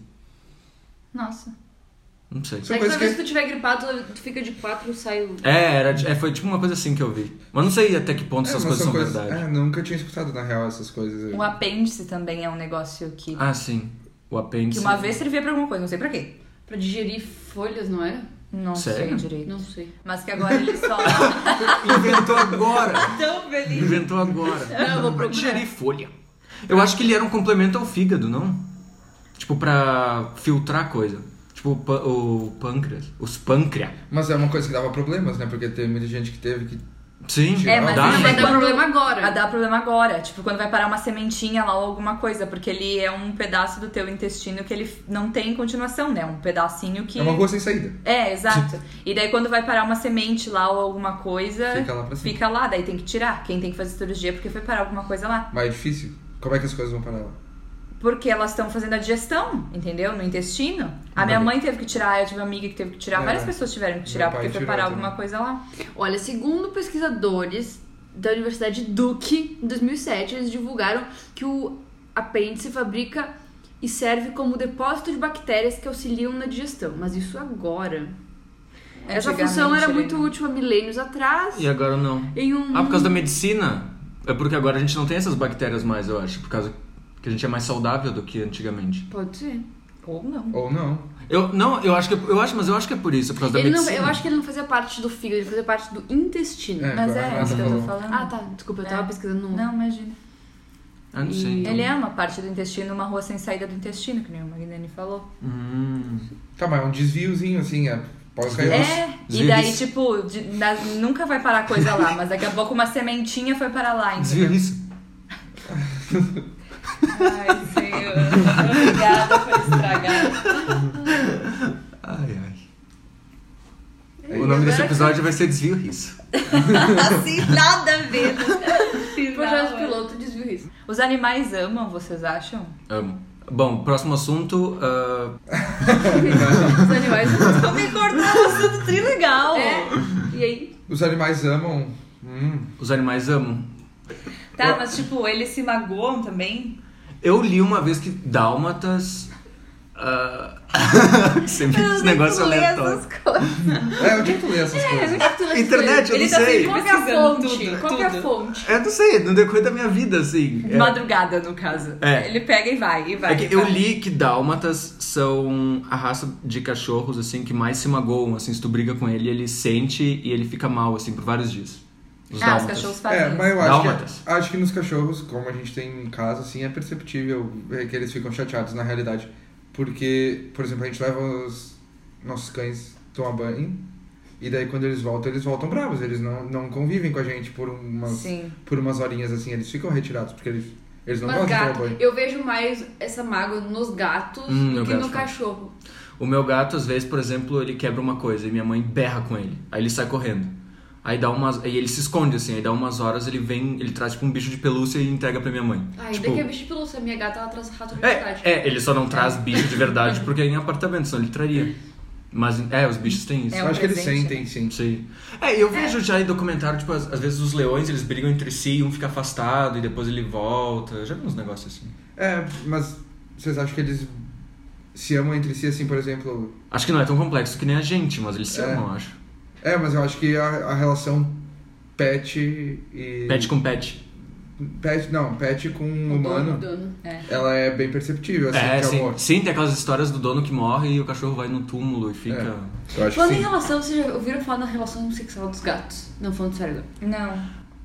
Nossa.
Não sei.
Sim.
É que
Coisa
toda vez
que-
que tu tiver gripado, tu fica de quatro e sai o...
É, era, de- é, foi tipo uma coisa assim que eu vi. Mas não sei até que ponto essas
É, mas
coisas
são
são
coisas-
verdade.
É, nunca tinha escutado, na real, essas coisas.
O apêndice também é um negócio que,
Ah, sim. O
que
apêndice.
uma vez servia pra alguma coisa, não sei pra quê.
Pra digerir folhas, não era?
Não
Sério?
sei direito.
Não sei.
Mas que agora ele [LAUGHS] só.
Ah, Inventou agora!
Tão feliz.
Inventou agora.
Não, [LAUGHS] eu vou procurar.
Digerir folha. Eu acho que ele era um complemento ao fígado, não? Tipo, pra filtrar coisa. Tipo, o, pân- o pâncreas. Os pâncreas.
Mas é uma coisa que dava problemas, né? Porque tem muita gente que teve que.
Sim,
É, mas
dá.
ele vai
Não, vai
né?
dar
quando-
problema
Vai
agora.
dar problema agora, tipo, quando vai parar uma sementinha lá ou alguma coisa, porque ele é um pedaço do teu intestino que ele não tem continuação, né? Um pedacinho que.
É uma rua sem saída.
É, exato. E daí quando vai parar uma semente lá ou alguma coisa,
Fica lá pra cima.
fica lá, daí tem que tirar. Quem tem que fazer cirurgia é porque foi parar alguma coisa lá.
Mas é difícil. Como é que as coisas vão parar lá?
Porque elas estão fazendo a digestão, entendeu? No intestino. A minha mãe teve que tirar, eu tive uma amiga que teve que tirar,
É.
várias pessoas tiveram que
Meu
tirar
pai
porque foi
tirou
parar
também.
alguma coisa lá.
Olha, segundo pesquisadores da Universidade Duke, em 2007, eles divulgaram que o apêndice fabrica e serve como depósito de bactérias que auxiliam na digestão. Mas isso agora. Essa função
Antigamente
era
ele-
muito útil há milênios atrás.
E agora não.
Em um
Ah, por causa da medicina? É porque agora a gente não tem essas bactérias mais, eu acho. Por causa que a gente é mais saudável do que antigamente.
Pode ser.
Ou não.
Ou não.
Eu não, eu acho que é, eu acho, mas eu acho que é por isso, por causa da
Ele não,
medicina.
eu acho que ele não fazia parte do fígado, ele fazia parte do intestino.
né?
É,
Mas
agora a
é,
Renata
isso que eu tô
falou.
falando.
Ah, tá. Desculpa, eu tava
É.
pesquisando no.
Não, imagina.
Ah, não sei. então.
Ele é uma parte do intestino, uma rua sem saída do intestino, que nem o Magnani falou.
um-
Hum.
Tá, mas é um desviozinho assim, é. Pode cair.
É, e daí,
Desvio.
tipo, de- na- nunca vai parar coisa lá, mas daqui a pouco uma sementinha foi para lá,
Desvio
entendeu?
isso.
Ai, senhor. Obrigada por estragar.
Ai, ai.
É.
E
O nome
é.
desse
agora
episódio vai ser Desvio Riso.
[LAUGHS] Assim, nada a ver. Tipo,
Projeto piloto desvio isso.
Os animais amam, vocês acham?
Amo. Bom, próximo assunto. ah,
Os animais.
Tô me cortando, assunto tri [LAUGHS] legal.
É. E aí?
Os animais amam. Hum.
os animais amam.
Tá, mas tipo, eles se magoam também?
Eu li uma vez que dálmatas Ah, [LAUGHS] sempre esse negócio é
eu
aleatório.
essas coisas.
É, onde é que tu lê essas coisas?
Internet, eu
Ele
não
tá
sei.
sempre
Qual que é a
pesquisando
fonte?
tudo.
Qual que é a fonte?
Eu não sei, no decorrer da minha vida, assim. é-
Madrugada, no caso.
É.
Ele pega e vai, e vai.
É que
e
eu
vai.
li que dálmatas são a raça de cachorros, assim, que mais se magoam, assim, se tu briga com ele, ele sente e ele fica mal, assim, por vários dias. Os
Ah, os
dálmatas.
cachorros fazem.
É,
isso.
mas eu acho
Dálmatas.
que, acho que nos cachorros, como a gente tem em casa, assim, é perceptível é, que eles ficam chateados na realidade. Porque, por exemplo, a gente leva os nossos cães tomar banho e daí quando eles voltam, eles voltam bravos. Eles não, não convivem com a gente por umas,
Sim.
por umas horinhas, assim. Eles ficam retirados porque eles, eles não
Mas
gostam de
gato,
tomar banho.
eu vejo mais essa mágoa nos gatos
Hum,
do
no
que
gato
no
também.
cachorro.
O meu gato, às vezes, por exemplo, ele quebra uma coisa e minha mãe berra com ele. Aí ele sai correndo. Aí dá umas. Aí ele se esconde, assim, aí dá umas horas, ele vem, ele traz tipo um bicho de pelúcia e entrega pra minha mãe.
Ai, Ainda
tipo,
que é bicho de pelúcia, minha gata ela traz rato de verdade.
é, é, ele só não traz bicho de verdade porque é em apartamento, senão ele traria. Mas é, os bichos têm isso.
É
Eu
um
acho que eles
presente,
sentem, sim.
Sim. É, e eu vejo já em documentário, tipo, às, às vezes os leões eles brigam entre si, um fica afastado e depois ele volta. Eu já vi uns negócios assim.
É, mas vocês acham que eles se amam entre si, assim, por exemplo...
Acho que não é tão complexo que nem a gente, mas eles se
É.
amam, eu acho.
É, mas eu acho que a, a relação pet e...
Pet com pet.
Pet, não, pet com
O dono,
humano,
o dono.
ela é bem perceptível, assim,
é,
de amor.
sim. Sim, tem aquelas histórias do dono que morre e o cachorro vai no túmulo e fica.
Eu acho que
Falando em
sim. Ah,
relação, vocês já ouviram falar na relação sexual dos gatos? Não, falando sério agora.
Não.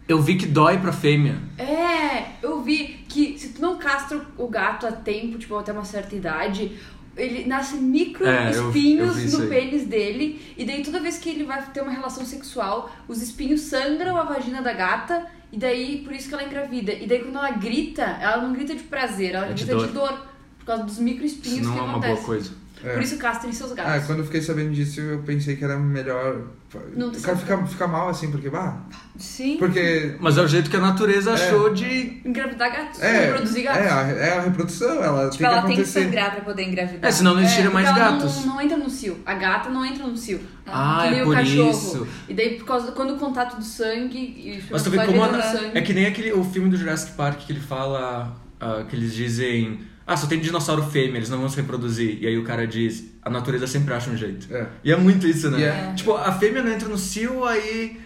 Eu vi que dói pra fêmea.
É, eu vi que se tu não castra o gato a tempo, tipo, até uma certa idade, ele nasce micro
É, eu- eu
espinhos
vi isso
no
aí.
pênis dele, e daí toda vez que ele vai ter uma relação sexual, os espinhos sangram a vagina da gata, e daí por isso que ela engravida. E daí quando ela grita, ela não grita de prazer, ela
É de
grita de dor. por causa dos micro
Isso
espinhos
não
que
é uma
acontecem.
boa coisa.
É.
Por isso castrem seus
Ah,
gatos.
quando eu fiquei sabendo disso, eu pensei que era melhor.
Não,
o cara fica, fica mal assim, porque bah.
Sim.
Porque.
Mas é o jeito que a natureza achou de.
Engravidar gatos,
É,
reproduzir gatos.
é, a, é a reprodução,
Tipo,
ela tem que
ela tem que
acontecer.
sangrar pra poder engravidar.
É, senão não existiria
porque
mais
ela
gatos.
Não, não entra no cio. A gata não entra no cio.
Ah,
que
é
nem o
por
cachorro.
isso.
E daí, por causa, quando o contato do sangue. E
Mas tu vê
vai
como
dentro do
a-
sangue.
é que nem aquele o filme do Jurassic Park que ele fala ah, que eles dizem ah só tem dinossauro fêmea eles não vão se reproduzir e aí o cara diz a natureza sempre acha um jeito
É.
e é muito isso né
E é.
tipo a fêmea não entra no cio aí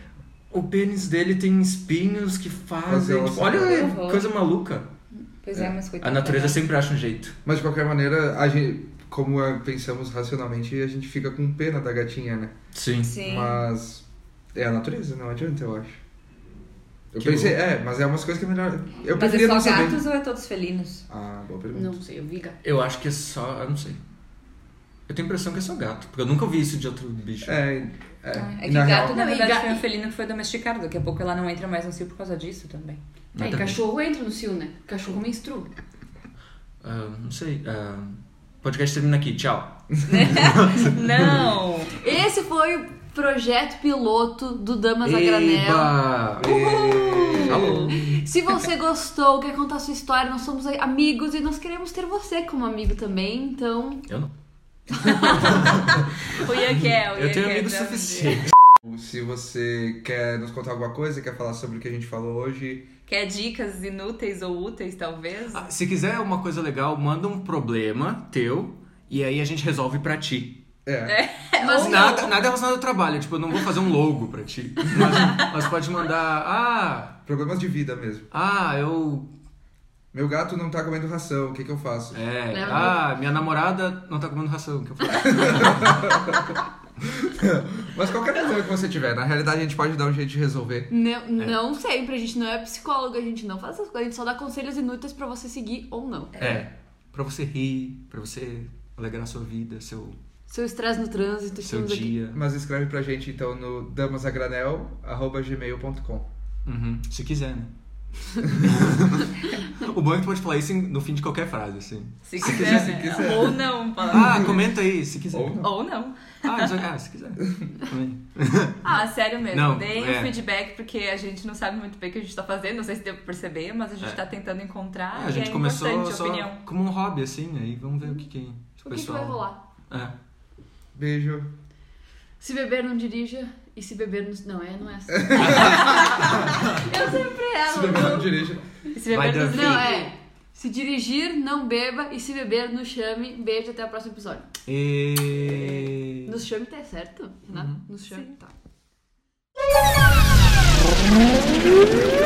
o pênis dele tem espinhos que fazem
Mas
tipo,
ela-
olha
Uhum.
que coisa maluca
Pois é, mas
a
coitada.
natureza sempre acha um jeito
Mas de qualquer maneira, a gente, como é, pensamos racionalmente, a gente fica com pena da gatinha, né?
sim
Sim.
Mas. É a natureza, não adianta, eu acho. Eu
Que
pensei, é, mas é umas coisas que é melhor. Eu
Mas é
preferia
só
não saber.
gatos ou é todos felinos?
Ah, boa pergunta.
Não sei, eu vi gato.
eu acho que é só eu não sei eu tenho a impressão que é só gato porque eu nunca ouvi isso de outro bicho
É, é,
Ah, É
e
que
na
gato, na
real-
Não, e
verdade,
ga-
foi um felino que foi domesticado. Daqui a pouco ela não entra mais no cio por causa disso
[LAUGHS]
também.
É,
Nada a
e
ver.
cachorro entra no cio, né? Cachorro menstrua.
Ah, não sei ah, podcast termina aqui tchau
não!
Esse foi o projeto piloto do Damas a Granel.
Eba! Alô!
Se você gostou, quer contar sua história, nós somos amigos e nós queremos ter você como amigo também, então.
Eu não.
O Ian
é,
quer, o
Eu
Ian
tenho
quer,
amigos
um
então.
suficientes.
Se você quer nos contar alguma coisa, quer falar sobre o que a gente falou hoje,
Quer dicas inúteis ou úteis, talvez?
Ah, Se quiser uma coisa legal, manda um problema teu e aí a gente resolve pra ti.
é.
Mas
nada, nada relacionado ao trabalho, tipo, eu não vou fazer um logo pra ti. Mas, mas pode mandar, ah,
Problemas de vida mesmo.
ah, eu.
Meu gato não tá comendo ração, o que que eu faço?
É,
Lembra?
ah, minha namorada não tá comendo ração. Que eu faço.
Mas qualquer problema que você tiver, na realidade a gente pode dar um jeito de resolver.
Não, não sempre, a gente não é psicóloga, a gente não faz essas coisas, a gente só dá conselhos inúteis pra você seguir ou não.
É, pra você rir, pra você alegrar a sua vida, seu,
Seu estresse no trânsito,
seu
estamos aqui.
dia.
Mas escreve pra gente então no damasagranel.gmail.com.
Uhum, se quiser, né? o bom é que tu pode falar isso em- no fim de qualquer frase,
[LAUGHS]
assim.
Se quiser, né? Ou não, fala.
Ah, comenta aí, se quiser.
Ou não.
Ou não.
Ah, isso- ah, se quiser. Também.
Ah, sério mesmo.
Não,
Deem
é.
o feedback, porque a gente não sabe muito bem o que a gente tá fazendo. Não sei se deu pra perceber, mas a gente
É.
tá tentando encontrar.
Ah, a gente
e é
começou
importante a
só
opinião.
como um hobby, assim, aí vamos ver o que que...
O que, que vai rolar?
É.
Beijo.
Se beber, não dirija. E se beber, não. Não, é, não é assim. Eu sempre
Se
erro.
beber, não dirija.
E se beber
Vai
nos
dar
livros.
Não, é. Se dirigir, não beba. E se beber, nos chame. Beijo, até o próximo episódio.
É. E...
Nos chame tá certo, Renato? Nos chame, tá.
Thank you.